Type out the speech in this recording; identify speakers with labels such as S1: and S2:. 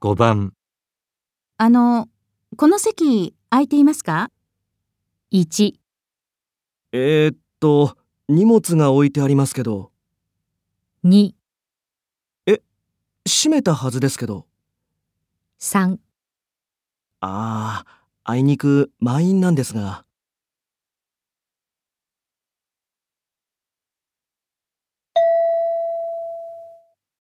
S1: 5番、
S2: あの、この席空いていますか
S3: 1、
S4: えー、っと、荷物が置いてありますけど、
S3: 2、
S4: 閉めたはずですけど。
S3: 3
S4: ああ、あいにく満員なんですが。